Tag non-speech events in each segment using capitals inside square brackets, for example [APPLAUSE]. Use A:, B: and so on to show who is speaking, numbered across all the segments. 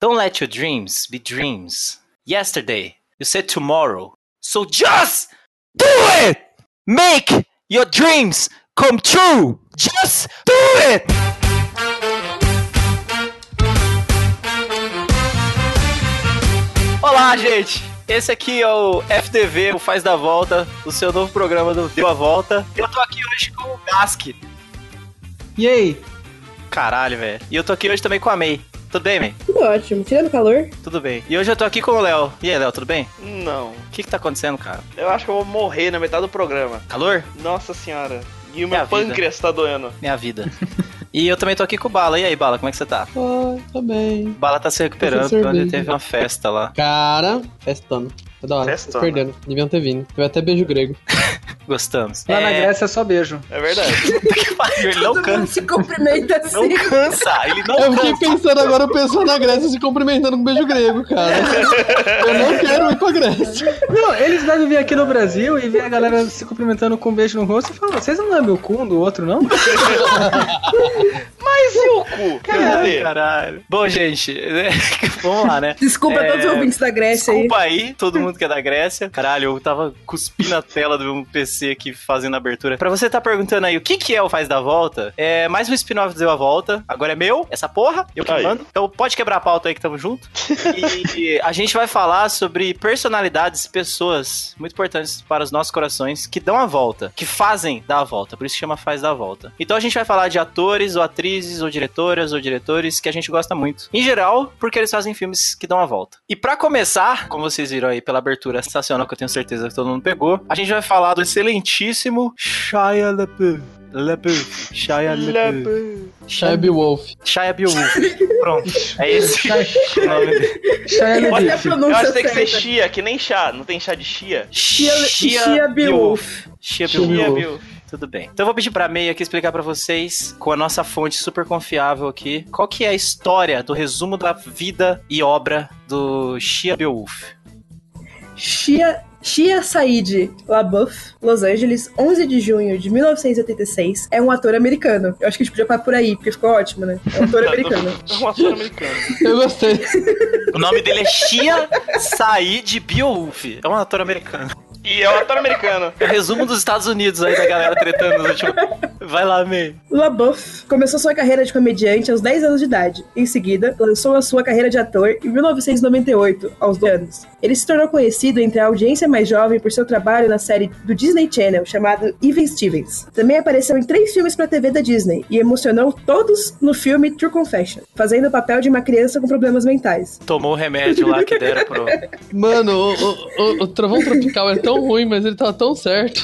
A: Don't let your dreams be dreams. Yesterday, you said tomorrow. So just do it! Make your dreams come true! Just do it! Olá, gente! Esse aqui é o FTV, o Faz da Volta, o seu novo programa do Deu a Volta. Eu tô aqui hoje com o Gask.
B: E aí?
A: Caralho, velho. E eu tô aqui hoje também com a May. Tudo bem, May?
C: Tudo Tá ótimo, tirando o calor.
A: Tudo bem. E hoje eu tô aqui com o Léo. E aí, Léo, tudo bem?
D: Não.
A: O que que tá acontecendo, cara?
D: Eu acho que eu vou morrer na metade do programa.
A: Calor?
D: Nossa senhora.
A: É
D: E o
A: a
D: meu
A: vida.
D: pâncreas tá doendo.
A: Minha vida. e eu também tô aqui com o Bala. E aí, Bala, como é que você tá?
B: Ah, tá bem.
A: O Bala tá se recuperando
B: Tô sem
A: porque ontem
B: cerveja.
A: teve uma festa lá.
B: Cara, festando. Foi da hora.
D: Festando.
B: Perdendo. Deviam ter vindo. Teve até beijo grego.
A: Gostamos.
E: Lá na
A: É,
E: Grécia é só beijo.
D: É verdade.
A: [LAUGHS] que pariu, ele não
C: Todo
A: cansa.
C: mundo se cumprimenta
A: Não
C: assim.
A: cansa, ele não
B: Eu
A: cansa.
B: fiquei pensando agora, o pessoal na Grécia se cumprimentando com beijo grego, cara. Eu não quero ir pra Grécia.
E: Não, eles devem vir aqui no Brasil e ver a galera se cumprimentando com um beijo no rosto e falar, vocês não lambem o cu um do outro, não?
D: Mas e o cu?
A: Ai,
D: Cadê?
A: Caralho. Bom, gente, [LAUGHS] vamos lá, né?
C: Desculpa a todos
A: É,
C: os ouvintes da Grécia aí.
A: Desculpa aí, todo mundo que é da Grécia. Caralho, eu tava cuspindo a tela do meu PC aqui fazendo a abertura. Pra você tá perguntando aí o que que é o Faz da Volta, é mais um spin-off do Deu a Volta. Agora é meu, essa porra, eu que
D: Aí.
A: mando. Então pode quebrar a pauta aí que tamo junto. E a gente vai falar sobre personalidades, pessoas muito importantes para os nossos corações que dão a volta, que fazem dar a volta, por isso chama faz dar a volta. Então a gente vai falar de atores ou atrizes ou diretoras ou diretores que a gente gosta muito. Em geral, porque eles fazem filmes que dão a volta. E pra começar, como vocês viram aí pela abertura sensacional que eu tenho certeza que todo mundo pegou, a gente vai falar do excelentíssimo Shia LaBeouf. LaBeouf. Shia LaBeouf.
B: Shia Wolf.
A: Shia Beowulf. Pronto. É esse o nome dele.
E: Shia
C: Olha a
E: LaBeouf.
D: Eu
C: pronúncia
D: acho que tem que ser
C: certa.
D: chia, que nem chá. Não tem chá de chia?
C: Chia- Chia Beowulf.
A: Chia
B: Chia
A: Beowulf.
D: Chia,
B: Beowulf.
D: viu?
A: Tudo bem. Então eu vou pedir pra May aqui explicar pra vocês, com a nossa fonte super confiável aqui, qual que é a história do resumo da vida e obra do Chia Beowulf.
C: Shia, Shia Said LaBeouf, Los Angeles, 11 de junho de 1986. É um ator americano. Eu acho que a gente podia parar por aí, porque ficou ótimo, né? É um ator americano.
D: É um ator americano.
B: Eu gostei.
A: O nome dele é Chia Said Beowulf. É um ator americano.
D: E é um ator americano.
A: É o resumo dos Estados Unidos aí da galera tretando nos últimos... Vai lá, May.
C: LaBeouf começou sua carreira de comediante aos 10 anos de idade. Em seguida, lançou a sua carreira de ator em 1998, aos 12 anos. Ele se tornou conhecido entre a audiência mais jovem por seu trabalho na série do Disney Channel chamado Even Stevens. Também apareceu em três filmes para a TV da Disney e emocionou todos no filme True Confession, fazendo o papel de uma criança com problemas mentais.
A: Tomou o remédio lá que deram pro... [LAUGHS]
B: Mano, o, o- o- o trovão tropical é tão ruim, mas ele tava tão certo.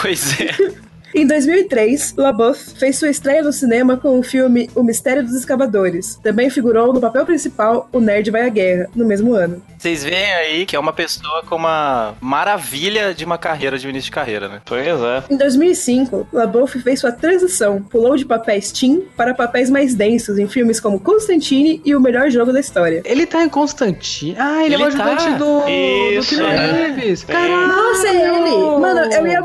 A: Pois é.
C: Em 2003, LaBeouf fez sua estreia no cinema com o filme O Mistério dos Escavadores. Também figurou no papel principal O Nerd Vai à Guerra, no mesmo ano.
A: Vocês veem aí que é uma pessoa com uma maravilha de uma carreira, de um início de carreira, né?
D: Pois é.
C: Em 2005, LaBeouf fez sua transição, pulou de papéis teen para papéis mais densos em filmes como Constantine e O Melhor Jogo da História.
E: Ele tá em Constantino. Ah, ele,
A: Ele
E: é o ajudante
A: tá.
E: do,
D: Isso,
E: do Keanu
D: é.
E: Reeves.
D: Sim.
E: Caralho.
C: Nossa, é ele! Mano, eu ia...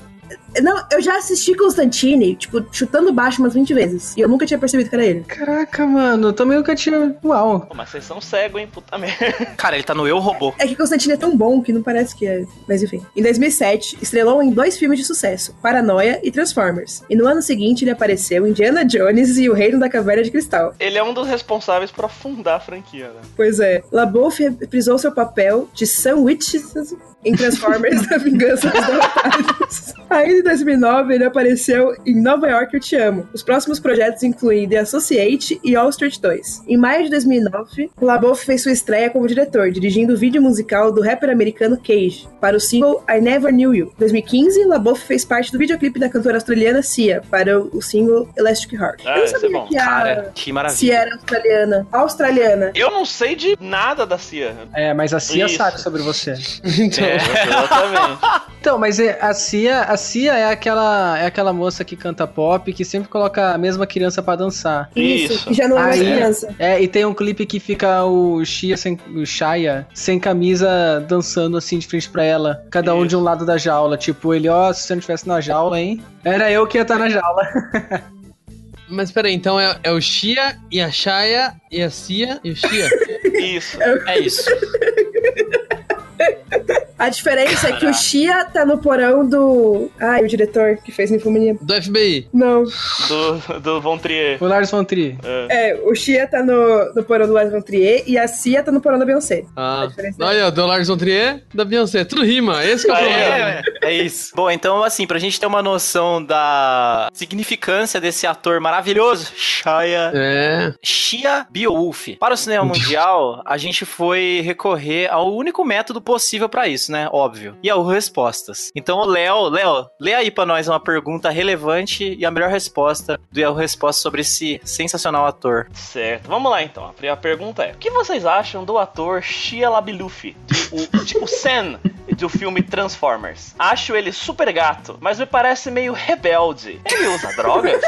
C: Não, eu já assisti Constantine, tipo, chutando baixo umas 20 vezes. E eu nunca tinha percebido que era ele.
E: Caraca, mano, eu também nunca tinha... Uau.
D: Pô, mas vocês são cegos, hein? Puta merda.
A: Cara, ele tá no Eu Robô.
C: É que Constantine é tão bom que não parece que é. Mas enfim. Em 2007, estrelou em dois filmes de sucesso, Paranoia e Transformers. E no ano seguinte, ele apareceu em Indiana Jones e O Reino da Caverna de Cristal.
D: Ele é um dos responsáveis por afundar a franquia, né?
C: Pois é. LaBeouf reprisou seu papel de sandwiches em Transformers da Vingança dos Derrotados. Ainda em 2009, ele apareceu em Nova York Eu Te Amo. Os próximos projetos incluem The Associate e All Street 2. Em maio de 2009, LaBeouf fez sua estreia como diretor, dirigindo o vídeo musical do rapper americano Cage para o single I Never Knew You. Em 2015, LaBeouf fez parte do videoclipe da cantora australiana Cia para o single Elastic Heart.
D: Ah,
C: Eu não
D: isso é
C: sabia
D: bom. é
C: que a
A: Cara, que maravilha.
C: Cia era australiana. Australiana.
D: Eu não sei de nada da CIA.
E: É, mas a Cia
D: Isso.
E: sabe sobre você.
B: Então,
D: Exatamente.
E: Então, mas é- a Cia, a Cia é, aquela, é aquela moça que canta pop, que sempre coloca a mesma criança pra dançar.
D: Isso.
C: que já não é mais
E: Aí-
C: criança.
E: É, e tem um clipe que fica o Shia sem, o Shia sem camisa dançando assim de frente pra ela, cada um
D: Isso.
E: de um lado da jaula. Tipo, ele, ó, se você não estivesse na jaula, hein? Era eu que ia estar na jaula.
F: [LAUGHS] Mas peraí, então é, é o Shia e a Shaya e a Cia e o Shia.
D: Isso.
A: É isso.
C: A diferença é que o Chia tá no porão do. Ai, o diretor que fez Ninfomania.
F: Do FBI.
C: Não.
D: Do, do Von Trier.
E: [LAUGHS] O Lars von Trier.
D: É.
C: É, o Chia tá no, no porão do Lars von Trier e a Cia tá no porão da Beyoncé.
F: Ah,
C: diferença é-
F: olha, o do Lars von Trier, da Beyoncé. Tudo rima, esse que é o
D: Aê.
F: problema.
A: [LAUGHS] É isso. Bom, então, assim, pra gente ter uma noção da significância desse ator maravilhoso, Shia
F: É.
A: Shia Beowulf. Para o cinema mundial, a gente foi recorrer ao único método possível pra isso, né? Óbvio. E ao respostas. Então, o Léo, Léo, lê aí pra nós uma pergunta relevante e a melhor resposta do El Resposta sobre esse sensacional ator.
D: Certo, vamos lá então. A primeira pergunta é: O que vocês acham do ator Shia LaBeouf, o, de- o Sen do filme Transformers? Acho ele super gato, mas me parece meio rebelde. Ele usa drogas?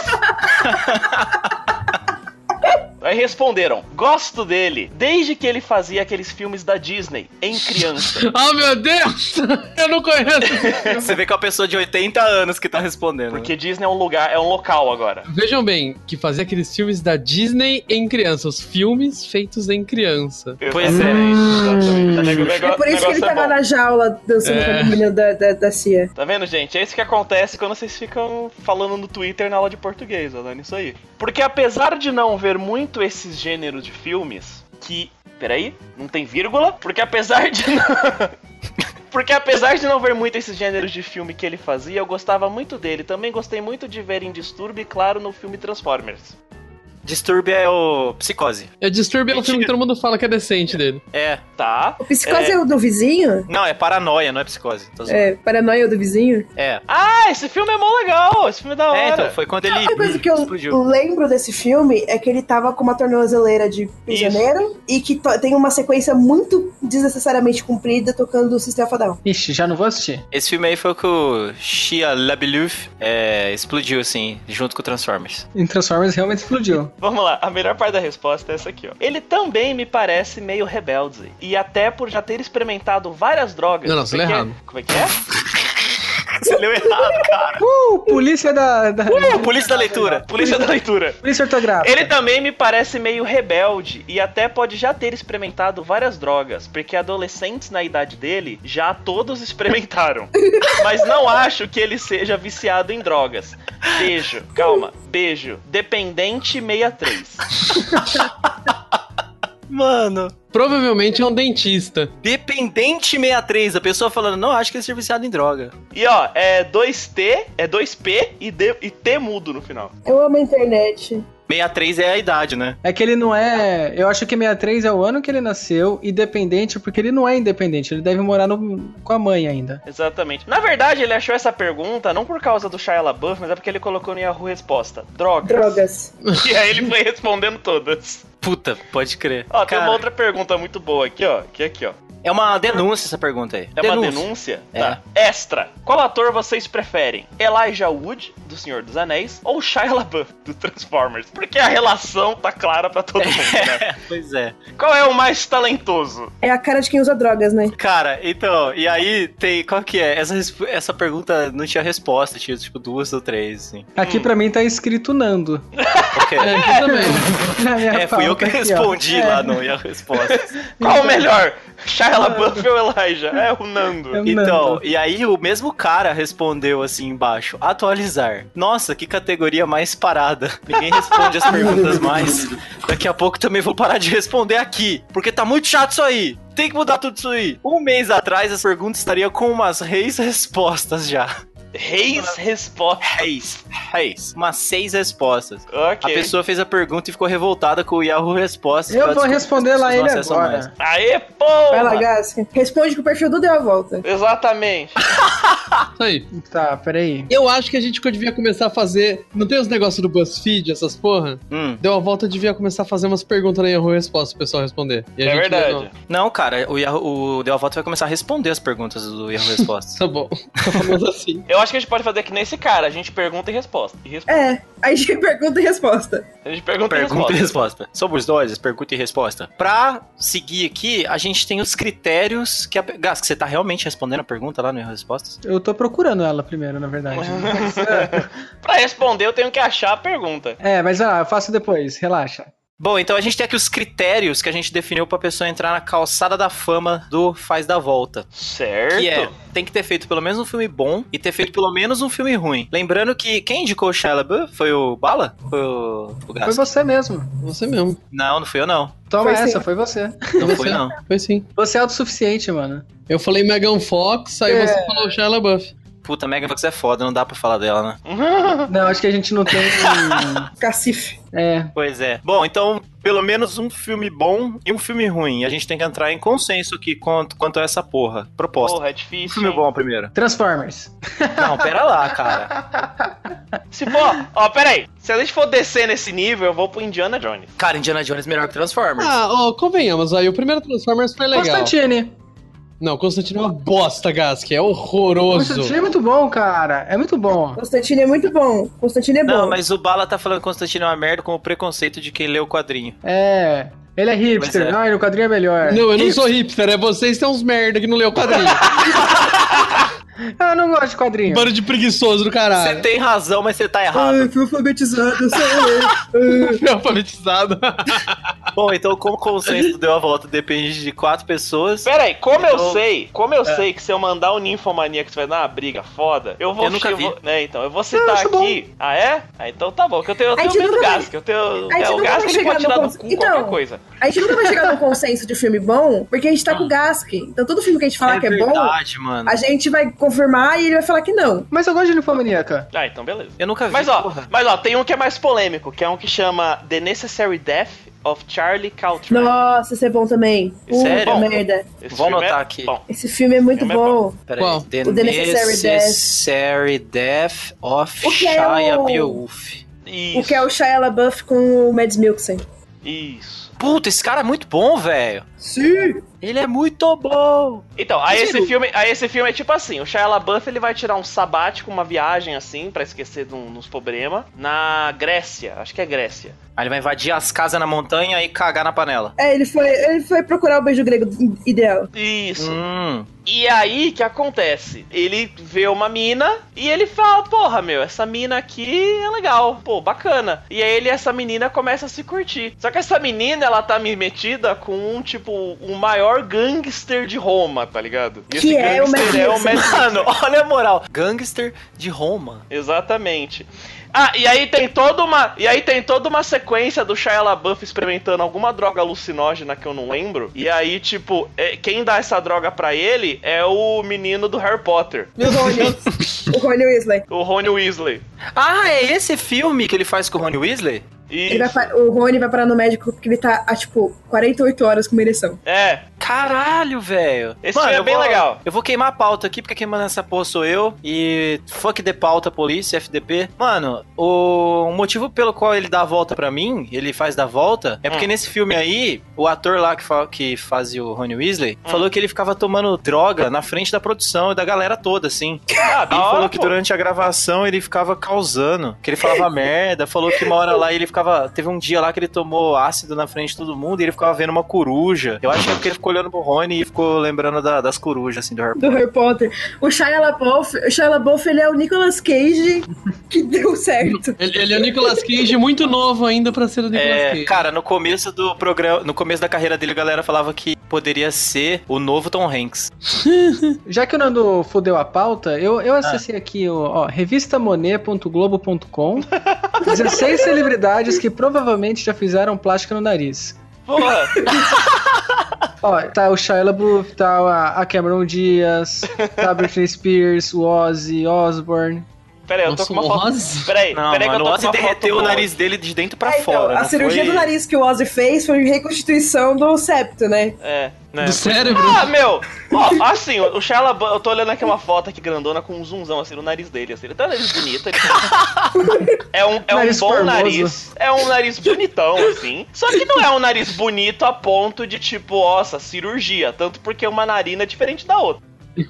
D: Aí responderam: Gosto dele, desde que ele fazia aqueles filmes da Disney, em criança.
F: Oh, meu Deus! Eu não conheço.
A: [LAUGHS] Você vê que é uma pessoa de 80 anos que tá respondendo.
D: Porque Disney é um lugar, é um local agora.
F: Vejam bem, que fazia aqueles filmes da Disney em criança. Os filmes feitos em criança.
A: Pois é.
D: Exatamente. O nego-
C: É por isso que ele
D: negócio
C: tava
D: bom.
C: na jaula dançando com a menina da, da, da Cia.
D: Tá vendo, gente? É isso que acontece quando vocês ficam falando no Twitter na aula de português, ó, dando isso aí. Porque apesar de não ver muito esses gêneros de filmes, que. Peraí, não tem vírgula? Porque apesar de não. [LAUGHS] Porque apesar de não ver muito esses gêneros de filme que ele fazia, eu gostava muito dele. Também gostei muito de ver em Disturbe, claro, no filme Transformers.
A: Disturbia é o Psicose.
F: É Disturbia é um filme que todo mundo fala que é decente dele.
A: É.
D: Tá?
C: O psicose é, o do vizinho?
A: Não, é paranoia, não é psicose. Tô zoando.
C: É, paranoia do vizinho.
A: É.
D: Ah, esse filme é mó legal! Esse filme é da hora!
A: É, então, foi quando ele
C: A única coisa que eu
A: explodiu.
C: lembro desse filme é que ele tava com uma tornozeleira de prisioneiro e que to- tem uma sequência muito desnecessariamente comprida tocando o System of a Down.
E: Ixi, já não vou assistir.
A: Esse filme aí foi que o Shia LaBeouf é, explodiu, assim, junto com o Transformers.
E: Em Transformers realmente explodiu.
D: Vamos lá, a melhor parte da resposta é essa aqui, ó. Ele também me parece meio rebelde. E até por já ter experimentado várias drogas.
F: Não, não, você
D: Como
F: leu
D: é que é?
F: errado.
D: Como é que é?
A: Você leu errado, cara.
E: Uh, polícia da. da-
D: é
A: Polícia da leitura.
D: Uh, Polícia da leitura.
E: Polícia ortográfica.
D: Ele também me parece meio rebelde e até pode já ter experimentado várias drogas, porque adolescentes na idade dele já todos experimentaram. [LAUGHS] Mas não acho que ele seja viciado em drogas. Beijo, calma, beijo. Dependente 63.
A: Mano,
F: Provavelmente é um dentista.
A: dependente 63. A pessoa falando, não, acho que ele é serviciado em droga.
D: E ó, é 2T, é 2P e, D- e T mudo no final.
C: Eu amo a internet.
A: 63 é a idade, né?
E: É que ele não é. Eu acho que 63 é o ano que ele nasceu, independente, porque ele não é independente. Ele deve morar no- com a mãe ainda.
D: Exatamente. Na verdade, ele achou essa pergunta não por causa do Shia LaBeouf, mas é porque ele colocou no Yahoo resposta. Drogas.
C: Drogas.
D: [LAUGHS] E aí ele foi respondendo todas.
A: Puta, pode crer.
D: Ó, tem
A: Cara,
D: uma outra pergunta muito boa aqui, ó. Que é aqui, ó.
A: É uma denúncia essa pergunta aí.
D: É uma denúncia?
A: É.
D: Tá. Extra. Qual ator vocês preferem? Elijah Wood, do Senhor dos Anéis, ou Shia LaBeouf, do Transformers? Porque a relação tá clara
A: [LAUGHS]
D: pra todo mundo, né?
A: Pois [LAUGHS] é.
D: Qual é o mais talentoso?
C: É a cara de quem usa drogas, né?
A: Cara, então, e aí tem. Qual que é? Essa, resp- essa pergunta não tinha resposta, tinha tipo duas ou três, assim.
E: Aqui pra mim tá escrito Nando.
A: Ok. [LAUGHS]
F: É, aqui
E: [LAUGHS]
F: também.
E: Na minha
A: É, fui eu
E: pauta
A: que
E: aqui, ó.
A: respondi
E: É.
A: lá no e a
E: [LAUGHS]
A: resposta.
D: Qual o melhor? Então, [LAUGHS] Shia LaBeouf ou Elijah? É o Nando.
E: É o
A: Então,
E: Nando.
A: e aí o mesmo cara respondeu assim embaixo: atualizar. Nossa, que categoria mais parada. Ninguém responde as perguntas mais. Daqui a pouco também vou parar de responder aqui, porque tá muito chato isso aí. Tem que mudar tudo isso aí. Um mês atrás essa pergunta estaria com umas reis respostas já.
D: Reis resposta.
A: Reis, reis. Umas seis respostas. A
D: Ok.
A: pessoa fez a pergunta e ficou revoltada com o Yahoo Respostas.
E: Eu
A: pra
E: vou
A: descobrir
E: responder
A: que as
E: lá
A: pessoas
E: ele
A: não acessam mais.
E: agora.
D: Aê,
C: Vai lá,
D: pô!
C: Gasca. Responde que o perfil do deu a volta.
D: Exatamente.
F: Isso aí.
E: Tá, peraí.
F: Eu acho que a gente devia começar a fazer. Não tem os negócios do BuzzFeed, essas porra?
A: Hum.
F: Deu a volta, eu devia começar a fazer umas perguntas na Yahoo Resposta pro pessoal responder. E a
D: É
F: gente
D: verdade.
F: não.
A: Não,
F: [LAUGHS]
A: cara, o, Yahoo, o Deu a Volta vai começar a responder as perguntas do Yahoo Respostas.
F: Tá bom. Tá falando assim.
D: Eu Eu acho que a gente pode fazer que nesse cara, a gente pergunta e resposta. E resposta.
C: É, aí [LAUGHS] a gente pergunta e resposta.
D: A gente pergunta,
A: Pergunta
D: e
A: e
D: resposta.
A: resposta. Somos nós, pergunta e resposta. Pra seguir aqui, a gente tem os critérios que a. Gas, que você tá realmente respondendo a pergunta lá no Erro Respostas?
E: Eu tô procurando ela primeiro,
F: [LAUGHS]
E: na verdade.
D: pra responder, eu tenho que achar a pergunta.
E: é, mas ah, eu faço depois, relaxa.
A: Bom, então a gente tem aqui os critérios que a gente definiu pra pessoa entrar na calçada da fama do Faz da Volta.
D: Certo.
A: Que
D: [LAUGHS]
A: é, tem que ter feito pelo menos um filme bom e ter feito pelo menos um filme ruim. Lembrando que quem indicou o Shia LaBeouf foi o Bala? Foi o, o
E: Foi
A: Gas?
E: você mesmo.
F: Você mesmo.
A: Não, não fui eu não.
E: Toma
C: Foi sim.
E: essa, foi você.
A: Não foi não.
F: Foi sim.
E: Você é autossuficiente, mano.
F: Eu falei Megan Fox, aí
E: É.
F: você falou Shia LaBeouf.
A: Puta, Megan Fox é foda, não dá pra falar dela, né?
E: Não, acho que a gente não tem.
C: Cacife.
E: é.
A: Pois é. Bom, então, pelo menos um filme bom e um filme ruim. A gente tem que entrar em consenso aqui quanto, quanto a essa porra. Proposta.
D: Porra, é
A: Um
D: difícil.
A: filme
D: hein?
A: bom primeiro.
E: Transformers.
A: Não, pera lá, cara.
D: Se for, ó, peraí. Se a gente for descer nesse nível, eu vou pro Indiana Jones.
A: [LAUGHS] Cara, Indiana Jones é melhor que Transformers.
F: Ah, ó, convenhamos, aí o primeiro Transformers foi legal.
E: Constantine.
F: Não, Constantino é uma bosta, Gask, é horroroso.
E: Constantine é muito bom, cara. É muito bom.
C: Constantino é muito bom. Constantino é
A: não,
C: bom.
A: mas o Bala tá falando que Constantino é uma merda com o preconceito de quem lê o quadrinho.
E: É. Ele é hipster.
A: Mas é.
E: Ai, no quadrinho é melhor.
F: Não, eu não sou hipster, é vocês que são uns merda que não leu o quadrinho. Um
E: Ah, Eu não gosto de quadrinho.
F: Bando de preguiçoso do
A: Você
F: caralho.
A: tem razão, mas você tá errado. [LAUGHS]
C: Ai, fui alfabetizado, eu sei ler. Ah,
A: tá
F: Não, alfabetizado.
A: Bom, então como o consenso deu a volta depende de quatro pessoas.
D: Peraí, como eu
A: Então-
D: sei, como eu sei que se eu mandar o Ninfomaníaco você vai dar uma briga foda, eu vou...
A: Eu nunca
D: eu
A: vi.
D: vou- né, então, eu vou citar
E: acho bom.
D: aqui... Ah, é? Ah, então tá bom, que eu tenho, eu
C: A
D: tenho
C: gente
D: medo do
C: nunca vai-
D: Gask, eu tenho...
C: a gente
D: É, o
C: nunca
D: Gask
C: vai
D: ele
C: chegar
D: pode
C: no
D: tirar do
C: cons-
D: cu
C: Então-
D: qualquer coisa.
C: A gente nunca vai chegar num consenso de filme bom, porque a gente tá com o Gask. Então todo filme que a gente falar que é bom,
A: verdade, mano.
C: a gente vai confirmar e ele vai falar que não.
E: Mas eu gosto de Ninfomaníaca.
D: Ah, então beleza.
A: Eu nunca vi.
D: Mas ó,
A: porra.
D: mas ó, tem um que é mais polêmico, que é um que chama The Necessary Death of Charlie Caltran.
C: Nossa, esse é bom também. Puta
A: Sério? Bom.
C: merda.
D: Esse
A: Vou
D: filme é
A: anotar aqui.
D: Bom,
C: Esse filme é muito
D: Filme é
C: bom.
A: Peraí.
F: Qual?
A: The,
C: O The
A: Necessary,
C: Necessary
A: Death, of
C: O que é
A: Shia
C: o-
A: Beowulf.
D: isso.
C: O que é o Shia LaBeouf com o Mads Mikkelsen.
D: Isso.
A: Puta, esse cara é muito bom, velho.
C: Sim!
A: Ele é muito bom.
D: Então, aí
A: Mas,
D: esse,
A: Edu-
D: filme, aí esse filme é tipo assim, o Shia LaBeouf ele vai tirar um sabático, uma viagem assim, pra esquecer de um- dos problemas, na Grécia, acho que é Grécia.
A: Aí ele vai invadir as casas na montanha e cagar na panela.
C: É, ele foi, ele foi procurar o beijo grego ideal.
D: Isso.
A: Hum.
D: E aí, que acontece? Ele vê uma mina e ele fala, porra, meu, essa mina aqui é legal, pô, bacana. E aí ele e essa menina começa a se curtir. Só que essa menina, ela tá me metida com um, tipo, o maior gangster de Roma, tá ligado? E
C: Que é o
D: gangster
C: Mad Max. [LAUGHS]
D: Max.
A: [LAUGHS] Mano, olha a moral. Gangster de Roma.
D: Exatamente. Ah, e aí tem toda uma, e aí tem toda uma sequência do Shia LaBeouf experimentando alguma droga alucinógena que eu não lembro. E aí, tipo, é- quem dá essa droga pra ele é o menino do Harry Potter,
C: Meu Rony. o né? Rony Weasley.
D: o Rony Weasley.
A: Ah, é esse filme que ele faz com o Ron Weasley?
D: E
C: Ele é vai pa- o Rony vai parar no médico porque ele tá há, tipo, 48 horas com uma ereção.
D: é,
A: Caralho, velho.
D: Esse filme é
A: eu
D: bem
A: vou-
D: legal.
A: Eu vou queimar a pauta aqui, porque quem manda essa porra sou eu. E fuck the pauta, polícia, FDP. Mano, o o motivo pelo qual ele dá a volta pra mim, ele faz da volta, é porque nesse filme aí, o ator lá que, fa- que fazia o Rony Weasley, falou que ele ficava tomando droga na frente da produção e da galera toda, assim.
D: ah,
A: Ele
D: da hora,
A: falou que
D: pô.
A: durante a gravação ele ficava causando, que ele falava merda, falou que uma hora lá ele ficava. Teve um dia lá que ele tomou ácido na frente de todo mundo e ele ficava vendo uma coruja. Eu acho que é porque ele ficou olhando pro Rony e ficou lembrando da- das corujas, assim, do Harry
C: Do Harry Potter. O Shia LaBeouf, o Shia LaBeouf, ele é o Nicolas Cage que [LAUGHS] deu certo.
F: Ele, ele é o Nicolas Cage, muito novo ainda pra ser o Nicolas
A: É,
F: Cage.
A: cara, no começo do programa, no começo da carreira dele, a galera falava que poderia ser o novo Tom Hanks.
E: Já que o Nando fudeu a pauta, eu,
A: Ah.
E: eu acessei aqui o ó, [LAUGHS] revistamonet.globo.com 16 celebridades que provavelmente já fizeram plástica no nariz.
D: Porra,
E: Ó, tá o Shia LaBeouf, tá a- a Cameron Diaz, tá a Britney Spears, o Ozzy Osbourne.
D: pera aí, eu tô
F: Nossa,
D: com uma foto.
F: horrorosa.
D: Peraí,
A: Não,
D: peraí que eu
A: mano,
D: tô
A: o
D: com
A: Ozzy
D: uma foto
A: derreteu o
D: boa.
A: nariz dele de dentro pra
C: Ah, então,
A: fora.
C: a
A: não
C: cirurgia
A: foi-
C: do nariz que o Ozzy fez foi reconstituição do septo, né?
D: É.
A: né?
F: Do cérebro.
D: Ah, meu! Ó, assim, o Shia LaBeouf, eu tô olhando aqui uma foto aqui grandona com um zoomzão assim no nariz dele, assim. Ele tá um nariz bonito. Ele... é um, é um
E: Nariz
D: bom
E: formoso.
D: nariz. É um nariz bonitão, assim. Só que não é um nariz bonito a ponto de, tipo, nossa, cirurgia. Tanto porque uma narina é diferente da outra.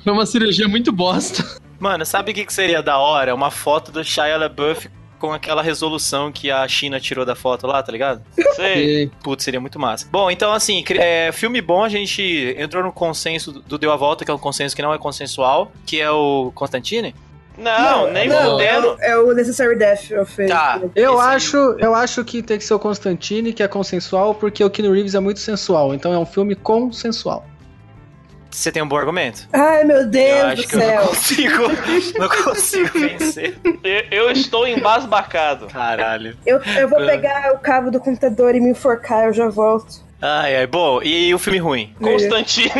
F: Foi uma cirurgia muito bosta.
A: Mano, sabe o que, que seria da hora? Uma foto do Shia LaBeouf com aquela resolução que a China tirou da foto lá, tá ligado?
D: Sei.
A: Putz, seria muito massa. Bom, então assim, cri- é, filme bom, a gente entrou no consenso do Deu a Volta, que é um consenso que não é consensual, que é o Constantine.
D: Não,
C: Não,
D: nem
C: não, é,
D: fudendo.
C: o, é o Necessary Death of
A: Tá.
E: Eu
A: Esse aí.
E: acho, eu acho que tem que ser o Constantine, que é consensual, porque o Keanu Reeves é muito sensual. Então é um filme consensual.
A: Você tem um bom argumento?
C: Ai, meu
A: eu
C: Deus
A: acho
C: do
A: que eu
C: céu.
A: não consigo, [LAUGHS] não consigo vencer.
D: Eu, eu estou
A: [LAUGHS]
D: embasbacado.
A: Caralho.
C: Eu, eu
A: É.
C: vou pegar o cabo do computador e me enforcar, eu já volto.
A: Ai, ai. Bom, e o filme ruim?
D: Constantino.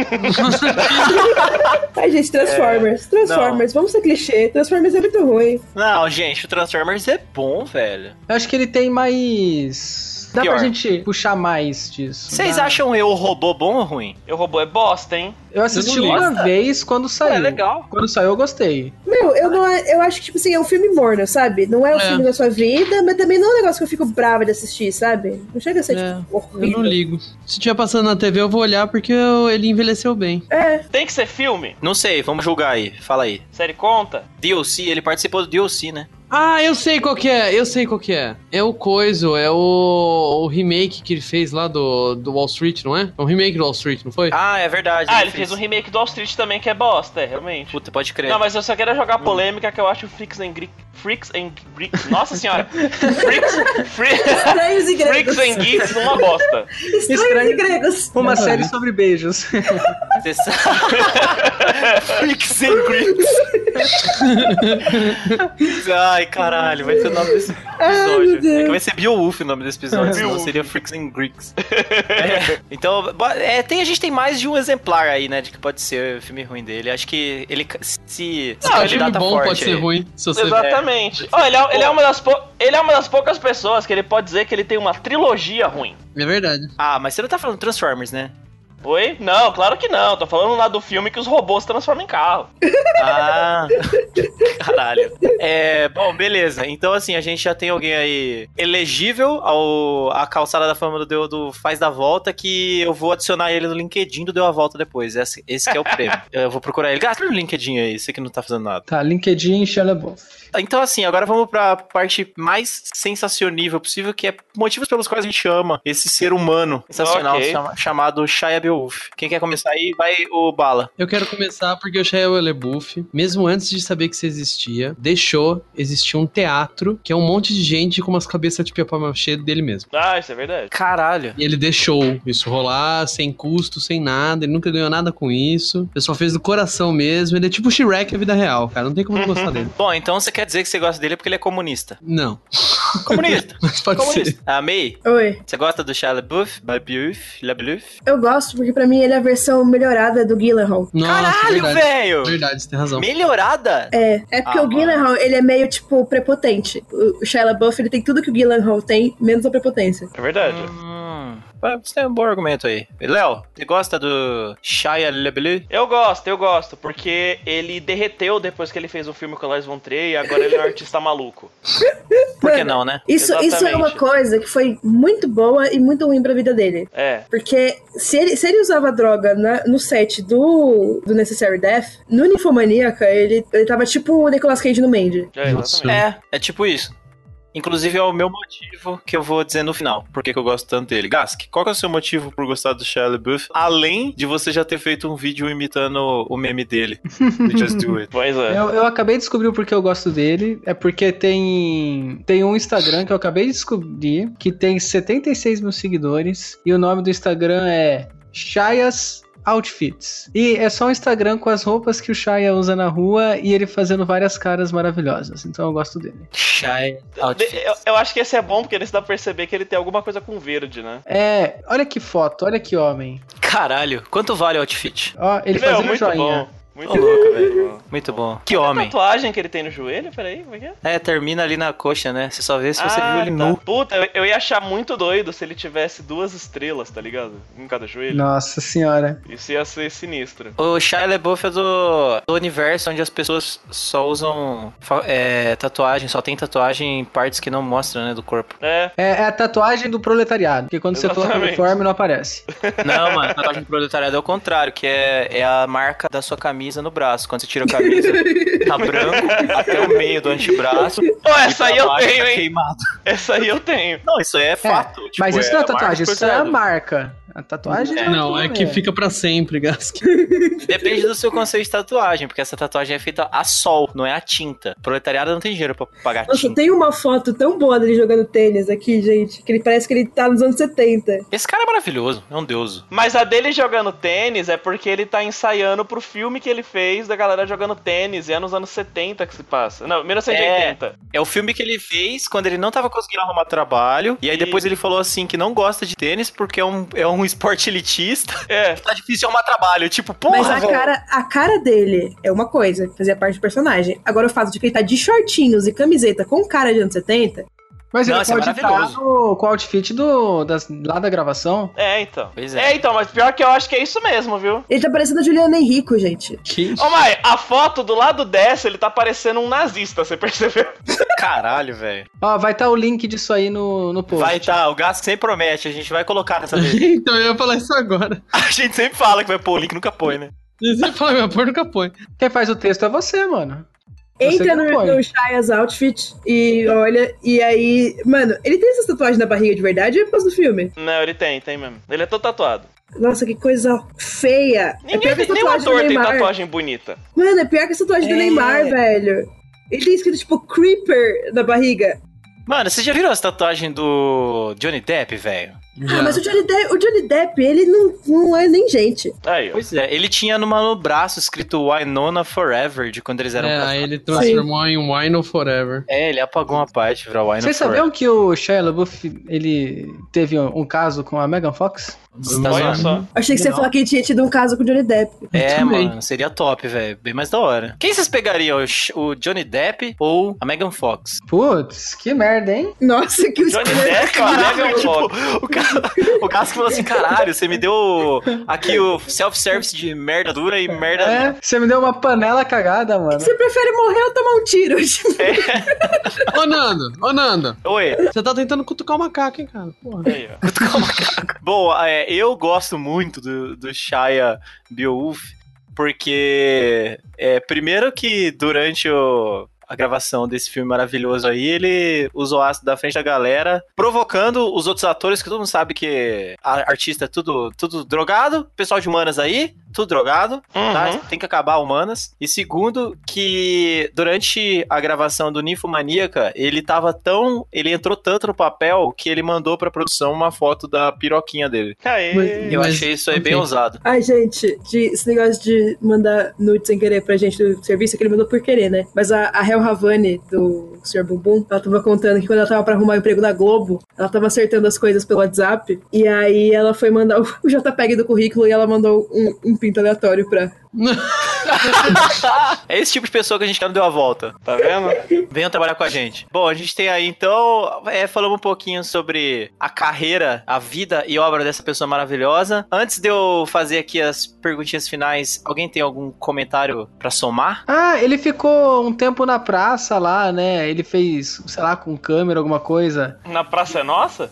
C: Ai, gente, Transformers.
A: É.
C: Transformers, vamos ser clichê. Transformers é muito ruim.
A: Não, gente, o Transformers é bom, velho.
E: Eu acho que ele tem mais. Dá
A: Pior.
E: pra gente puxar mais disso.
A: Vocês
E: né?
A: acham eu o robô bom ou ruim?
D: O robô é bosta, hein?
E: Eu assisti
F: Eu não
E: uma vez quando saiu.
D: É legal.
E: Quando saiu, eu gostei.
C: Meu, eu, não, eu acho que, tipo assim, é um filme morno, sabe? Não é o
F: É.
C: filme da sua vida, mas também não é um negócio que eu fico brava de assistir, sabe? Não chega a ser,
F: É,
C: tipo,
F: Eu
C: horrível.
F: não ligo. Se tiver passando na TV, eu vou olhar porque eu- ele envelheceu bem.
C: É,
D: Tem que ser filme?
A: Não sei, vamos julgar aí. Fala aí.
D: Série conta?
A: DLC, ele participou do DLC, né?
F: Ah, eu sei qual que é, eu sei qual que é. É o Coiso, é o, o remake que ele fez lá do, do Wall Street, não é? É um remake do Wall Street, não foi?
A: Ah, é verdade.
D: Ah, ele fez um remake do All Street também, que é bosta, é, realmente.
A: Puta, pode crer.
D: Não, mas eu só quero jogar a polêmica que eu acho o Freaks and Geeks. Freaks and Geeks. Nossa senhora! Freaks, Fre-
C: estranhos e gregos.
D: Freaks and Geeks uma bosta.
C: Estranhos e
E: Estranho.
C: gregos.
E: Uma série sobre beijos.
A: Você sabe- [LAUGHS] Freaks and Greeks. Ai, caralho, vai ser o nome desse episódio.
C: meu Deus.
A: É que vai ser Beowulf o nome desse episódio, senão
D: Beowulf.
A: seria Freaks and Greeks. É, então, bo- é, tem, a gente tem mais de um exemplar aí, né, de que pode ser o filme ruim dele. Acho que ele ca- se, se
D: Não,
F: Ah,
D: ele
F: filme
A: candidata
F: bom
A: forte
F: pode ser
A: aí.
F: ruim. Se você...
D: Exatamente. Ó, ele, é, ele é uma das pou- ele é uma das poucas pessoas que ele pode dizer que ele tem uma trilogia ruim.
F: É verdade.
A: Ah, mas você não tá falando Transformers, né?
D: Oi? Não, claro que não. Tô falando lá do filme que os robôs se transformam em carro.
A: Ah, caralho. É, bom, beleza. Então, assim, a gente já tem alguém aí elegível ao a calçada da fama do Deu do Faz da Volta, que eu vou adicionar ele no LinkedIn do Deu a Volta depois. Esse, esse que é o prêmio. Eu vou procurar ele. Gasta no LinkedIn aí, você que não tá fazendo nada.
E: [LAUGHS] Tá, LinkedIn, Shia Boff.
A: Então, assim, agora vamos pra parte mais sensacionível possível, que é motivos pelos quais a gente ama esse ser humano sensacional
D: Ok.
A: chama- chamado Shia Beowulf. Quem quer começar aí, vai o Bala.
F: Eu quero começar porque o Shia LaBeouf, mesmo antes de saber que isso existia, deixou existir um teatro que é um monte de gente com umas cabeças de papier-mâché dele mesmo.
D: Ah, isso é verdade.
A: Caralho.
F: E ele deixou isso rolar, sem custo, sem nada, ele nunca ganhou nada com isso. O pessoal fez do coração mesmo, ele é tipo o Shrek a vida real, cara, não tem como não gostar dele.
A: Bom, então você quer dizer que você gosta dele porque ele é comunista.
F: Não,
A: Comunista.
F: [LAUGHS] mas pode ser.
A: Comunista. Amei.
C: Oi.
A: Você gosta do Shia LaBeouf? LaBeouf? LaBeouf?
C: Eu gosto, porque pra mim ele é a versão melhorada do Gyllenhaal.
F: Nossa, é
A: Caralho,
F: Ah, verdade.
A: velho!
F: Verdade, você tem razão.
A: Melhorada?
C: É, é porque
A: Ah,
C: o Gyllenhaal, ele é meio, tipo, prepotente. O o Shia LaBeouf, ele tem tudo que o Gyllenhaal tem, menos a prepotência.
D: É verdade.
A: Hum, você tem um bom argumento aí. Léo, você gosta do Shia LaBeouf?
D: Eu gosto, eu gosto, porque ele derreteu depois que ele fez o filme com o Lars von Trier e agora ele é um artista maluco.
A: Por que
C: Mano,
A: não, né?
C: Isso, isso é
D: Exatamente.
C: uma coisa que foi muito boa e muito ruim pra vida dele.
D: É.
C: Porque se ele, se ele usava droga na- no set do, do Necessary Death, no Ninfomaníaca, ele, ele tava tipo o Nicolas Cage no Mandy.
D: É,
F: Nossa.
D: exatamente.
A: É, é tipo isso. Inclusive é o meu motivo que eu vou dizer no final, porque eu gosto tanto dele. Gask, qual que é o seu motivo por gostar do Shia LaBeouf, além de você já ter feito um vídeo imitando o meme
F: [LAUGHS]
A: dele? do Just Do It.
D: Pois é.
E: Eu, eu acabei de descobrir o porquê eu gosto dele. É porque tem, tem um Instagram que eu acabei de descobrir que tem 76 mil seguidores. E o nome do Instagram é Shias Outfits. E é só um Instagram com as roupas que o Shia usa na rua e ele fazendo várias caras maravilhosas. Então eu gosto dele.
A: Shia
D: De- Eu, eu acho que esse é bom porque ele se dá pra perceber que ele tem alguma coisa com verde, né?
E: É, olha que foto, olha que homem.
A: Caralho, quanto vale o outfit?
E: Ó, ele
D: Meu,
E: fazendo
D: muito
E: joinha.
D: bom. Muito louco, velho.
A: Muito bom. Que homem.
D: Tatuagem que ele tem no joelho, peraí, como é que é?
A: É, termina ali na coxa, né? Você só vê se você viu ele
D: tá.
A: nu.
D: Puta, eu- eu ia achar muito doido se ele tivesse duas estrelas, tá ligado? Em cada joelho.
E: Nossa senhora.
D: Isso ia ser sinistro.
A: O Shia LaBeouf é do, do universo onde as pessoas só usam fa- é, tatuagem, só tem tatuagem em partes que não mostram, né, do
D: [LAUGHS]
A: corpo.
D: É,
E: É, é a tatuagem do proletariado, porque quando você coloca o
D: Exatamente.
E: uniforme não aparece.
A: Não, mano, tatuagem do proletariado é o contrário, que é, é a marca da sua camisa no braço. Quando você tira a camisa,
D: [LAUGHS]
A: tá branco até o meio do antebraço.
D: Pô, essa
A: e
D: aí
A: pra
D: eu
A: baixo
D: tenho,
A: tá
D: hein?
A: Queimado.
D: Essa aí eu tenho.
A: Não, isso aí é fato. tipo,
E: Mas isso não é tatuagem,
D: marca
E: isso é a
D: coisa-
E: marca. A tatuagem
A: É,
E: tudo,
F: Não, é que
E: velho.
F: fica pra sempre, Gask.
A: [LAUGHS] Depende do seu conceito de tatuagem, porque essa tatuagem é feita a sol, não é a tinta. Proletariado não tem dinheiro pra pagar
C: Nossa,
A: tinta.
C: tem uma foto tão boa dele jogando tênis aqui, gente, que ele parece que ele tá nos anos 70.
A: Esse cara é maravilhoso, é um deus.
D: Mas a dele jogando tênis é porque ele tá ensaiando pro filme que ele fez da galera jogando tênis. E é nos anos 70 que se passa. Não, 1980.
A: É o filme que ele fez quando ele não tava conseguindo arrumar trabalho. E aí depois ele falou assim que não gosta de tênis porque é um, é um [LAUGHS] esporte elitista.
D: É.
A: Tá difícil de arrumar trabalho. Tipo, porra,
C: Mas a
A: velho.
C: cara, a cara dele é uma coisa, fazia parte do personagem. Agora o fato de que ele tá de shortinhos e camiseta com cara de anos 70,
E: Mas ele
A: Não, isso é
E: pode estar
A: maravilhoso.
E: no, com o outfit do, das- lá da gravação.
D: É, então.
A: Pois
D: é.
A: é.
D: então, mas pior que eu acho que é isso mesmo, viu?
C: ele tá parecendo a Juliana Henrico, gente.
F: Que
D: Ô, Mai, a foto do lado dessa, ele tá parecendo um nazista, você [LAUGHS] percebeu?
A: Caralho, velho.
E: Ó, vai estar o link disso aí no, no post.
A: Vai tá, o gasto sempre promete, a gente vai colocar nessa
C: [LAUGHS]
A: vez.
F: [LAUGHS] então eu ia falar isso agora.
A: A gente sempre fala que vai pôr o link, nunca põe, né?
F: Você fala, meu pôr nunca põe.
E: Quem faz o texto é você, mano.
C: Entra
E: que
C: no,
E: põe.
C: no Shia's outfit e olha, e aí. Mano, ele tem essas tatuagens na barriga de verdade ou é por causa do filme?
D: Não, ele tem, tem mesmo. Ele é todo tatuado.
C: Nossa, que coisa feia.
D: Ninguém,
C: é pior que a
D: nenhum
C: tatuagem do
D: ator tem
C: Neymar.
D: tatuagem bonita.
C: Mano, é pior que a tatuagem
A: É.
C: do Neymar, velho. Ele tem escrito, tipo, Creeper na barriga.
A: Mano, vocês já viram as tatuagens do Johnny Depp, velho?
C: Ah, mas o Johnny Depp, o Johnny Depp, ele não, não é nem gente.
D: Aí, ó.
A: Pois é, ele tinha numa no braço escrito Winona Forever, de quando eles eram
F: É,
A: casados.
F: aí ele transformou em Wine or Forever.
A: É, ele apagou uma parte pra Winona
E: Vocês
A: Forever.
E: sabiam que o Shia LaBeouf, ele teve um, um caso com a Megan Fox?
F: Tá
D: Olha
F: zoando.
D: só.
C: Achei que você ia
A: Não.
C: falar que ele tinha tido um caso com o Johnny Depp.
A: É,
F: também.
A: mano, seria top, velho. Bem mais da hora. Quem vocês pegariam? O Sh- O Johnny Depp ou a Megan Fox? É,
E: Putz, que merda, hein?
C: Nossa, que
D: Johnny Depp,
A: Caralho,
D: É, Megan
A: tipo,
D: Fox.
A: o cara, o Gasco falou assim, caralho, você me deu aqui o self-service de merda dura e merda...
E: É, você me deu uma panela cagada, mano.
C: Você prefere morrer ou tomar um tiro?
F: Ô, Nando, ô, Nando.
A: Oi,
F: Você tá tentando cutucar o macaco, hein, cara? Porra.
D: Aí, ó.
A: Cutucar o macaco. Bom, é, eu gosto muito do, do Shia Beowulf, porque, é, primeiro que durante o- a gravação desse filme maravilhoso aí, ele usou ácido da frente da galera, provocando os outros atores, que todo mundo sabe que a artista é tudo, tudo drogado, pessoal de humanas aí, tudo drogado, tá?
D: Uhum.
A: Tem que acabar humanas. E segundo, que durante a gravação do Ninfomaníaca, ele tava tão. Ele entrou tanto no papel que ele mandou pra produção uma foto da piroquinha dele.
D: Tá Aí.
A: Eu
F: Mas-
A: achei isso aí bem
F: ok.
A: ousado.
C: Ai, gente, de- esse negócio de mandar nude sem querer pra gente do serviço, é que ele mandou por querer, né? Mas a, a Hel Havani, do Sr. Bumbum, ela tava contando que quando ela tava pra arrumar um emprego na Globo, ela tava acertando as coisas pelo WhatsApp, e aí ela foi mandar o [LAUGHS] o JPEG do currículo e ela mandou um, um pinto aleatório pra...
A: É esse tipo de pessoa que a gente quer não deu a volta.
D: Tá vendo?
A: Venham trabalhar com a gente. Bom, a gente tem aí então. É, falamos um pouquinho sobre a carreira, a vida e obra dessa pessoa maravilhosa. Antes de eu fazer aqui as perguntinhas finais, alguém tem algum comentário pra somar?
E: Ah, ele ficou um tempo na praça lá, né? Ele fez, sei lá, com câmera, alguma coisa.
D: Na Praça é Nossa?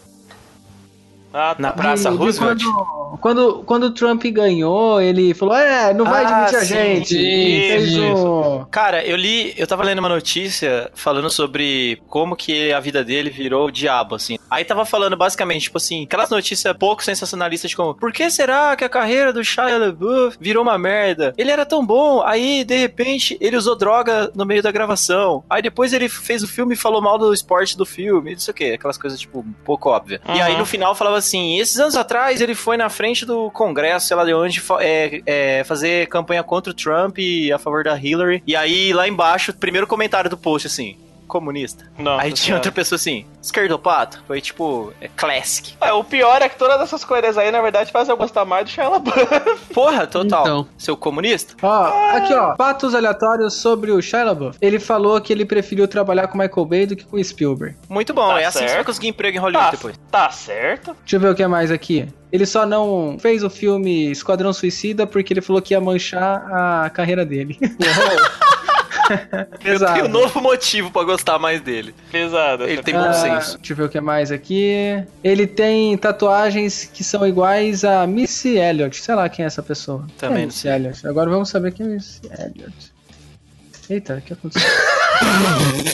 D: Ah, tá.
A: Na Praça
E: E- e
A: Roosevelt?
E: Quando, quando, quando o Trump ganhou, ele falou, é, não vai
A: Ah,
E: admitir a
A: sim,
E: gente.
F: sim,
E: fez um...
A: Cara, eu li, eu tava lendo uma notícia falando sobre como que a vida dele virou o diabo, assim. Aí tava falando basicamente, tipo assim, aquelas notícias pouco sensacionalistas, como, por que será que a carreira do Shia LaBeouf virou uma merda? Ele era tão bom, aí de repente ele usou droga no meio da gravação. Aí depois ele fez o filme e falou mal do esporte do filme, não sei o quê, aquelas coisas, tipo, um pouco óbvias. E aí
D: Uhum.
A: no final falava assim, esses anos atrás ele foi na frente do Congresso, sei lá de onde, fa- é, é, fazer campanha contra o Trump e a favor da Hillary. E aí lá embaixo, primeiro comentário do post assim, comunista.
D: Nossa
A: aí tinha
D: Senhora.
A: outra pessoa assim, esquerdopato. Foi tipo, é classic.
D: É, o pior é que todas essas coisas aí, na verdade, fazem eu gostar mais do Shia LaBeouf.
A: Porra, total.
F: Então.
A: Seu comunista?
E: Ó,
A: Ah.
E: aqui ó, fatos aleatórios sobre o Shia LaBeouf. Ele falou que ele preferiu trabalhar com Michael Bay do que com Spielberg.
A: Muito bom,
D: Tá
A: é assim que você vai
D: certo.
A: conseguir emprego em Hollywood
D: Tá, [LAUGHS]
A: depois.
D: tá certo.
E: Deixa eu ver o que é mais aqui. Ele só não fez o filme Esquadrão Suicida porque ele falou que ia manchar a carreira dele.
A: Eu tenho um
E: Pesado.
A: novo motivo pra gostar mais dele.
D: Pesada.
A: Ele
D: essa
A: tem
D: coisa.
A: bom
E: Ah,
A: senso.
E: Deixa eu ver o que mais aqui. Ele tem tatuagens que são iguais a Missy Elliott. Sei lá quem é essa pessoa.
A: Também
E: É
A: não
E: Missy Elliott. Agora vamos saber quem é Missy Elliott. Eita, o que aconteceu? [LAUGHS]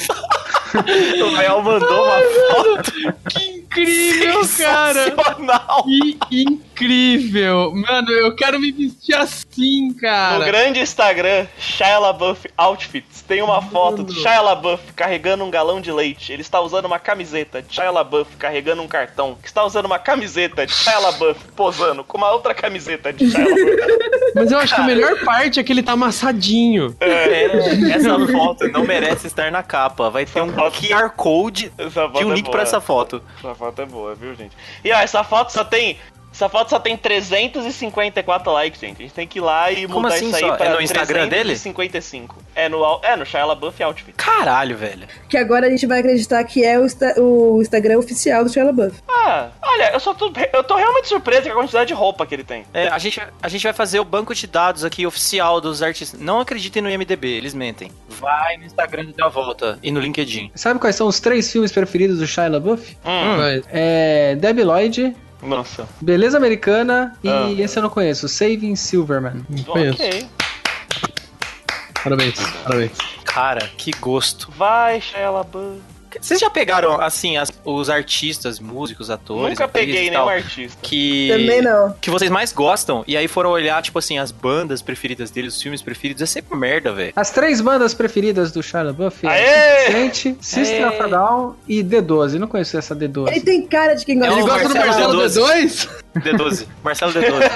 D: O Mel mandou uma foto
F: Que incrível, cara!
D: sensacional.
F: Que incrível! Mano, eu quero me vestir assim,
D: No
F: cara!
D: grande Instagram, Shia LaBeouf Outfits, tem uma foto de Shia LaBeouf carregando um galão de leite. Ele está usando uma camiseta de Shia LaBeouf carregando um cartão. Que está usando uma camiseta de Shia LaBeouf posando com uma outra camiseta de Shia LaBeouf.
F: Mas eu acho que a melhor parte é que ele tá amassadinho.
A: É, essa foto não merece estar na capa. Vai ter um
D: foto-
A: QR Code
D: Essa foto
A: e um
D: é
A: link
D: boa.
A: pra essa foto.
D: Essa foto é boa, viu, gente? E ó, essa foto só tem... Essa foto só tem 354 likes, gente. A gente tem que ir lá e
A: Como
D: mudar
A: assim
D: isso aí
A: só?
D: pra
A: É no Instagram dele?
D: 355. É no, Al- é no Shia LaBeouf Outfits.
A: Caralho, velho.
C: Que agora a gente vai acreditar que é o, Insta- o Instagram oficial do Shia LaBeouf.
D: Ah, olha, eu só tô, eu tô realmente surpreso com a quantidade de roupa que ele tem.
A: É, a, gente, a gente vai fazer o banco de dados aqui oficial dos artistas. Não acreditem no IMDB, eles mentem. Vai no Instagram e dá a volta. E no LinkedIn.
E: Sabe quais são os três filmes preferidos do Shia LaBeouf?
D: Hum.
F: Mas-
E: É Debbie Lloyd,
D: Nossa.
E: Beleza Americana e
D: Ah.
E: esse eu não conheço, Saving Silverman.
F: Não conheço.
D: Ok.
F: Parabéns, parabéns.
A: Cara, que gosto.
D: Vai, Shia LaBeouf.
A: Vocês já pegaram, assim, as- os artistas, músicos, atores?
D: Nunca
A: atrizes
D: peguei
A: e tal,
D: nenhum artista.
A: Que...
C: Também não.
A: Que vocês mais gostam, e aí foram olhar, tipo assim, as bandas preferidas dele, os filmes preferidos, é sempre merda, velho.
E: As três bandas preferidas do Shia LaBeouf é
D: Aê!
E: Gente, Sister of a Down e D12. Não conheço essa D12.
C: Ele tem cara de quem gosta
A: É
F: Ele
A: o
F: gosta do
A: Marcelo
F: Marcelo D2?
A: D12. [LAUGHS] Marcelo
C: [LAUGHS]
A: D12.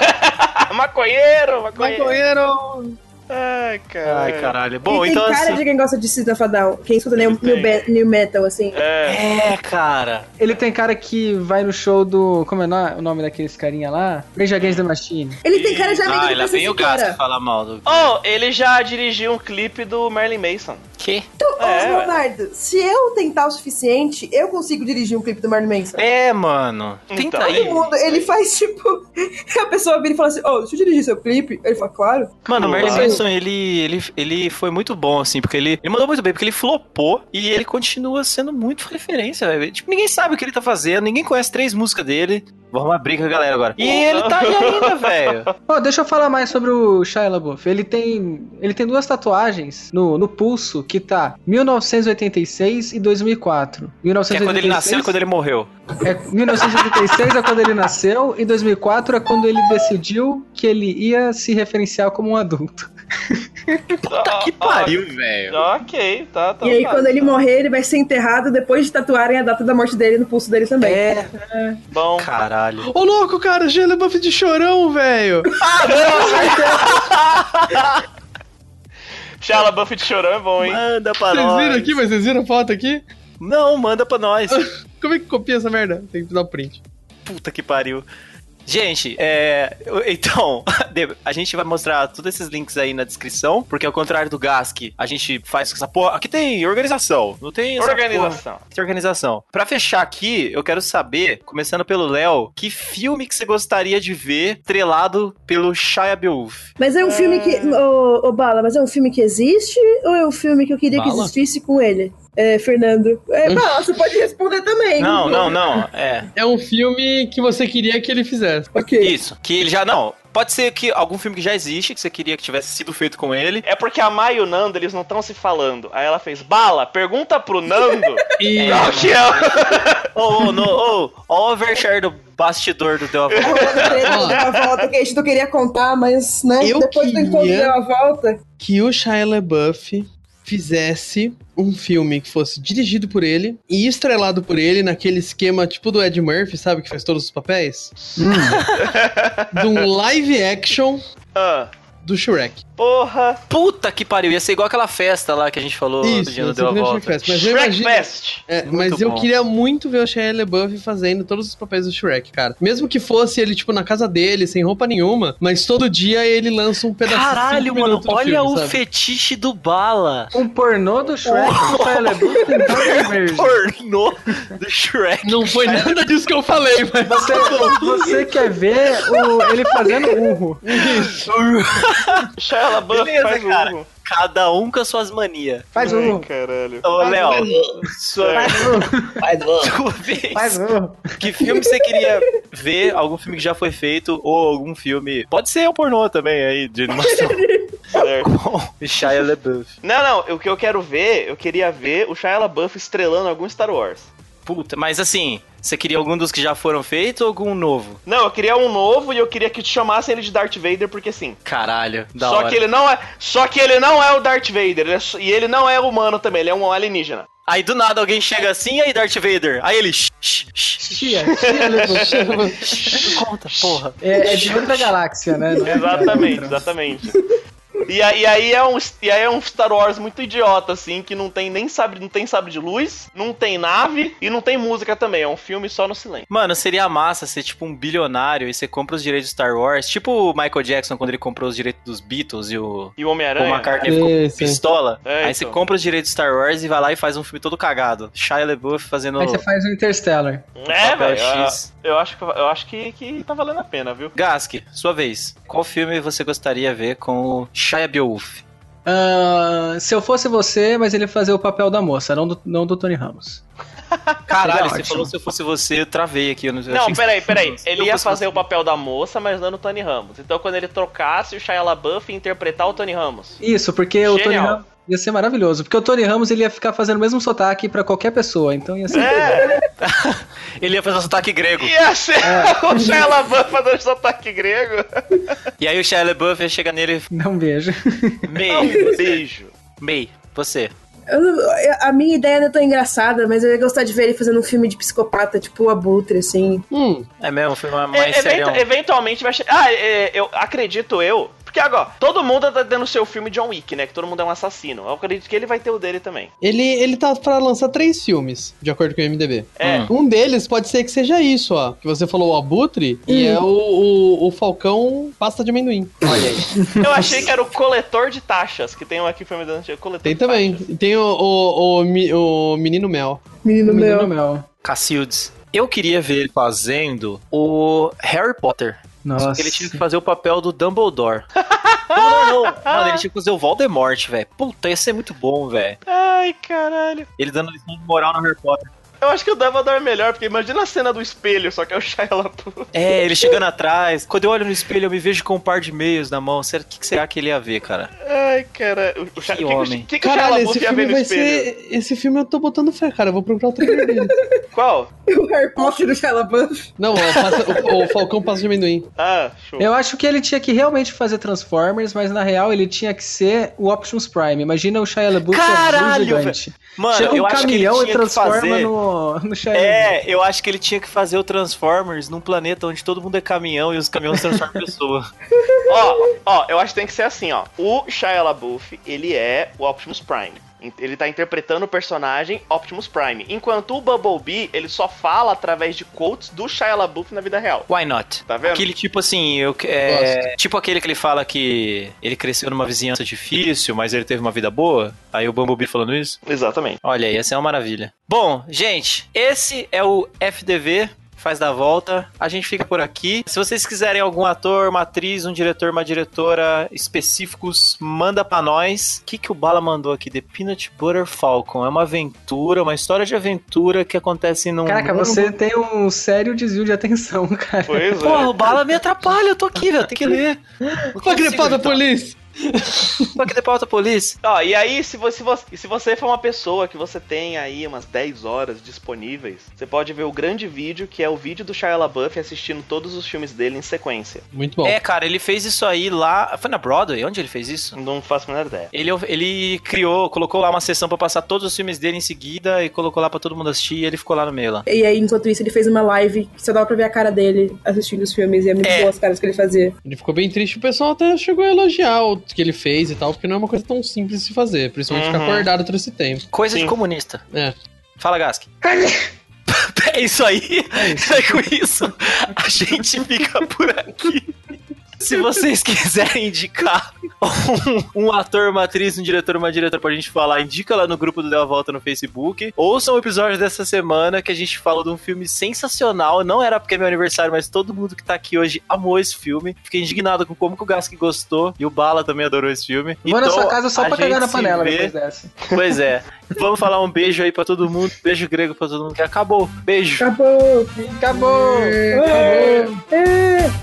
D: Ah, maconheiro, maconheiro.
F: Maconheiro!
D: Ai, cara.
A: Ai, caralho. Bom,
C: ele
A: então
C: tem cara
A: assim.
C: de quem gosta de System of a Down, quem escuta new,
D: Ele tem.
C: new be- new metal, assim.
D: É.
A: É, cara.
E: Ele tem cara que vai no show do. Como é na- o nome daqueles carinha lá? Rage Against the Machine.
C: Ele tem cara de amigo
A: Ah,
C: do
A: lá
C: PC
A: vem o
C: Siqueira.
A: gato que fala mal do.
D: Oh, ele já dirigiu um clipe do Merlin Mason.
A: Que?
C: Então,
D: É,
C: ô,
D: ué.
C: Leonardo, se eu tentar o suficiente, eu consigo dirigir um clipe do Marlon Manson.
A: É, mano.
D: Então.
A: Tenta
C: Todo
A: aí.
C: mundo, ele faz tipo. [LAUGHS] A pessoa vira e fala assim: Ô, deixa eu dirigir seu clipe. Ele fala, claro.
A: Mano, o Merlin
C: Uau.
A: Manson, ele, ele, ele foi muito bom, assim, porque ele, ele mandou muito bem, porque ele flopou e ele continua sendo muito referência, velho. Tipo, ninguém sabe o que ele tá fazendo, ninguém conhece três músicas dele. Vou arrumar briga com a galera agora. E ele tá aí ainda, velho.
E: Ó, deixa eu falar mais sobre o Shia LaBeouf. Ele tem, ele tem duas tatuagens no, no pulso que tá 1986 e 2004.
A: [LAUGHS] Que é quando ele nasceu e quando ele morreu.
E: É, 1986 é quando ele nasceu e 2004 é quando ele decidiu que ele ia se referenciar como um adulto.
A: Puta que pariu, velho.
D: Ok, tá, tá.
C: e aí,
D: tá.
C: quando ele morrer, ele vai ser enterrado depois de tatuarem a data da morte dele no pulso dele também.
A: É,
D: Bom,
A: caralho.
F: Ô louco, cara, Shia LaBeouf de chorão, velho!
D: Shia LaBeouf de chorão é bom, hein?
A: Manda pra
F: Vocês
A: nós.
F: viram aqui, mas vocês viram a foto aqui?
A: Não, manda pra [LAUGHS] nós.
F: Como é que copia essa merda? Tem que dar o print.
A: Puta que pariu. Gente, é, eu- então, [LAUGHS] de- a gente vai mostrar todos esses links aí na descrição, porque ao contrário do Gask, a gente faz essa porra. Aqui tem organização, não tem essa porra
D: Organização.
A: de organização. Pra fechar aqui, eu quero saber, começando pelo Léo, que filme que você gostaria de ver trelado pelo Shia Beowulf?
C: Mas é um filme que. Ô, ô, Bala, mas é um filme que existe ou é um filme que eu queria que
F: Bala?
C: existisse com ele? É, Fernando. É, Bala, você pode responder também.
A: Não, não, não, é,
F: É um filme que você queria que ele fizesse.
A: [LAUGHS]
C: Ok.
A: isso, que ele já, não, pode ser que algum filme que já existe, que você queria que tivesse sido feito com ele,
D: É porque a Mai e o Nando, eles não estão se falando. Aí ela fez, bala, pergunta pro
A: [LAUGHS]
D: Nando.
F: E
A: É.
D: Não, que eu-
A: ou, no, ou, ó o overshare do bastidor do Deu a Volta.
C: Rolando treta, deu a volta, que a gente não queria contar, mas, né?
F: Eu
C: depois do encontro
F: queria-
C: deu a volta.
F: que o Shia LaBeouf fizesse um filme que fosse dirigido por ele e estrelado por ele naquele esquema tipo do Ed Murphy, sabe? Que faz todos os papéis. [LAUGHS] de um live action
D: Ah,
F: do Shrek.
D: porra.
A: Puta que pariu, ia ser igual aquela festa lá que a gente falou outro
F: Isso,
A: dia no
F: eu
A: Deu a
F: sempre
A: Volta.
F: achei Shrek, mas eu
D: Shrek
F: imagino...
D: Fest.
F: É,
A: Muito
F: mas eu
A: bom.
F: queria muito ver o Shia LaBeouf fazendo todos os papéis do Shrek, cara. Mesmo que fosse ele, tipo, na casa dele, sem roupa nenhuma, mas todo dia ele lança um pedacinho
A: Caralho, mano, olha o fetiche do Bala.
E: Um pornô do Shrek do
A: [LAUGHS]
E: Shia LaBeouf então, né, tem Dark Version.
A: Pornô do Shrek. [LAUGHS]
F: Não foi nada disso que eu falei, mas...
E: Você, você quer ver o- ele fazendo urro.
D: Shia LaBeouf
A: Beleza,
D: faz o
A: cara.
D: Hugo.
A: Cada um com as suas manias.
E: Faz um.
D: Ai, caralho.
A: Ô, Léo, sua...
E: Faz um.
A: sua vez.
E: Faz um.
A: que filme você queria ver? Algum filme que já foi feito ou algum filme... Pode ser um pornô também aí, de animação. [LAUGHS]
D: Certo.
A: com Shia LaBeouf.
D: Não, não, o que eu quero ver, eu queria ver o Shia LaBeouf estrelando algum Star Wars.
A: Puta, mas assim, você queria algum dos que já foram feitos ou algum novo?
D: Não, eu queria um novo e eu queria que te chamassem ele de Darth Vader, porque sim.
A: Caralho, da
D: só
A: hora.
D: que ele não é, só que ele não é o Darth Vader, ele é só- e ele não é humano também, ele é um alienígena.
A: Aí do nada alguém chega assim, e aí Darth Vader? Aí ele... "Shh, shh, shh,
E: Tia, tia, levou.
A: shh, Conta, porra.
E: é, é de outra galáxia, né? Não é de
D: Exatamente,
E: outra.
D: exatamente. E, a- e aí é um, e aí é um Star Wars muito idiota, assim, que não tem nem sabre, não tem sabre de luz, não tem nave e não tem música também. É um filme só no silêncio.
A: Mano, seria massa ser tipo um bilionário e você compra os direitos de Star Wars, tipo o Michael Jackson quando ele comprou os direitos dos Beatles e o
D: E o Homem-Aranha.
A: Paul McCartney ficou
B: Sim,
A: com
B: sim.
A: pistola.
D: É,
A: aí
D: então.
A: você compra os direitos de Star Wars e vai lá e faz um filme todo cagado. Shia LaBeouf fazendo
E: Aí você faz o Interstellar.
D: É,
A: papel
D: velho. eu-
A: X.
D: Eu acho, que, eu acho que, que tá valendo a pena, viu?
A: Gask, sua vez. Qual filme você gostaria ver com o Shia Beowulf?
E: Ah, se eu fosse você, mas ele ia fazer o papel da moça, não do, não do Tony Ramos.
A: Caralho,
E: Seria
A: você
E: ótimo.
A: falou se eu fosse você, eu travei aqui. Eu não, eu achei
D: Não,
A: que-
D: peraí, peraí.
A: Se
D: Ele
A: eu
D: ia
A: fosse
D: fazer
A: você.
D: o papel da moça, mas dando o Tony Ramos. Então quando ele trocasse o Shia LaBeouf ia interpretar o Tony Ramos.
E: Isso, porque o Tony
D: Genial.
E: Ramos ia ser maravilhoso. Porque o Tony Ramos ele ia ficar fazendo o mesmo sotaque pra qualquer pessoa, então ia ser.
D: É,
A: Ele ia fazer um sotaque grego.
D: ia ser [LAUGHS] o Shia LaBeouf fazendo sotaque grego.
A: E aí o Shia LaBeouf ia chegar nele
E: [LAUGHS] Não vejo.
A: e... May,
D: Um beijo.
A: May, você.
C: Eu não- eu- a minha ideia não é tão engraçada, mas eu ia gostar de ver ele fazendo um filme de psicopata, tipo o Abutre, assim.
B: Hum,
A: É mesmo, foi uma
D: É,
A: mais
D: evento-
A: serião.
D: eventualmente vai chegar. Ah, é, eu acredito eu. Porque agora, todo mundo tá tendo seu filme John Wick, né? Que todo mundo é um assassino. Eu acredito que ele vai ter o dele também.
F: Ele, ele tá pra lançar três filmes, de acordo com o MDB.
D: É.
F: Um deles pode ser que seja isso, ó. Que você falou o Abutre e
D: Hum.
F: é o, o, o Falcão Pasta de Amendoim. Olha aí.
D: Eu achei que era o coletor de taxas, que tem um aqui filme da coletor
F: Tem
D: de
F: também.
D: taxas.
F: E Tem o, o, o, mi- o Menino Mel.
C: Menino,
E: Um Menino
C: meu.
E: Mel.
A: Cacildes. Eu queria ver ele fazendo o Harry Potter. Só
E: Nossa.
A: que ele tinha que fazer o papel do [LAUGHS] Dumbledore. não, não, não. Mano, ele tinha que fazer o Voldemort, velho. Puta, ia ser muito bom, velho.
D: Ai, caralho.
A: Ele dando lição de moral no Harry Potter.
D: Eu acho que o Dumbledore é melhor, porque imagina a cena do espelho, só que é o Shia LaBeouf.
A: É, ele chegando atrás. Quando eu olho no espelho, eu me vejo com um par de meios na mão. Será- O que que será que ele ia ver, cara?
D: Ai, cara. O, o Shia-
A: Que
D: o que o-
A: homem.
D: O que, que o Shia
F: Caralho, esse
D: LaBeouf ia ver
F: filme
D: no
F: vai
D: espelho?
F: ser. Esse filme eu tô botando fé, cara. Eu vou procurar o trailer
D: [LAUGHS]
F: dele.
D: Qual?
C: [LAUGHS] O Harry Potter do Shia LaBeouf.
F: Não, o, pasta- o- o Falcão Pasta de Amendoim.
D: Ah, show.
E: Eu acho que ele tinha que realmente fazer Transformers, mas na real ele tinha que ser o Optimus Prime. Imagina o Shia LaBeouf que é
A: Caralho,
E: um gigante.
A: Mano,
E: Chega um
A: eu acho que ele
E: caminhão
A: tinha
E: e
A: que
E: transforma
A: fazer...
E: no, no Shia LaBeouf.
A: É, eu acho que ele tinha que fazer o Transformers num planeta onde todo mundo é caminhão e os caminhões transformam [LAUGHS] pessoa.
D: Ó, ó, eu acho que tem que ser assim, ó. O Shia LaBeouf, ele é o Optimus Prime. Ele tá interpretando o personagem Optimus Prime. Enquanto o Bumblebee, ele só fala através de quotes do Shia LaBeouf na vida real.
A: Why not?
D: Tá vendo?
A: Aquele tipo assim, eu, é, tipo aquele que ele fala que ele cresceu numa vizinhança difícil, mas ele teve uma vida boa. Aí o Bumblebee falando isso.
D: Exatamente.
A: Olha aí, essa é uma maravilha. Bom, gente, esse é o FDV. Faz da volta. A gente fica por aqui. Se vocês quiserem algum ator, uma atriz, um diretor, uma diretora específicos, manda pra nós. O que, que o Bala mandou aqui? The Peanut Butter Falcon. É uma aventura, uma história de aventura que acontece num.
E: Caraca, você tem um sério desvio de atenção, [LAUGHS] cara.
D: Pois é.
A: Porra, o Bala me atrapalha. Eu tô aqui, velho. Tem
E: [LAUGHS]
A: que ler.
F: Pra gripar da polícia!
A: Só que depois da polícia.
D: Ó, e aí, se você, se você- e se você for uma pessoa que você tem aí umas 10 horas disponíveis, você pode ver o grande vídeo, que é o vídeo do Shia LaBeouf assistindo todos os filmes dele em sequência.
F: Muito bom.
A: É, cara, ele fez isso aí lá. Foi na Broadway? Onde ele fez isso?
D: Não faço a menor ideia.
A: Ele, ele criou, colocou lá uma sessão pra passar todos os filmes dele em seguida e colocou lá pra todo mundo assistir e ele ficou lá no meio lá.
C: E aí, enquanto isso, ele fez uma live que só dava pra ver a cara dele assistindo os filmes. E é muito
A: É.
C: boa as caras que ele fazia.
F: Ele ficou bem triste. O pessoal até chegou a elogiar o que ele fez e tal, porque não é uma coisa tão simples de se fazer. Principalmente
D: Uhum.
F: ficar acordado todo esse tempo.
A: Coisa
D: Sim.
A: de comunista.
F: É.
A: Fala, Gask. é isso aí. É com isso. A gente fica por aqui. Se vocês quiserem indicar um, um ator, uma atriz, um diretor, uma diretora pra gente falar, indica lá no grupo do Deu a Volta no Facebook. Ouçam o episódio dessa semana que a gente falou de um filme sensacional. Não era porque é meu aniversário, mas todo mundo que tá aqui hoje amou esse filme. Fiquei indignado com como que o Gask gostou e o Bala também adorou esse filme. Então,
E: Vou na sua casa só
A: a
E: pra cagar
A: gente
E: na
A: se
E: panela
A: vê-
E: depois dessa.
A: Pois é. Vamos falar um beijo aí pra todo mundo. Beijo grego pra todo mundo que acabou. Beijo.
C: Acabou!
E: Acabou!
C: Acabou! É.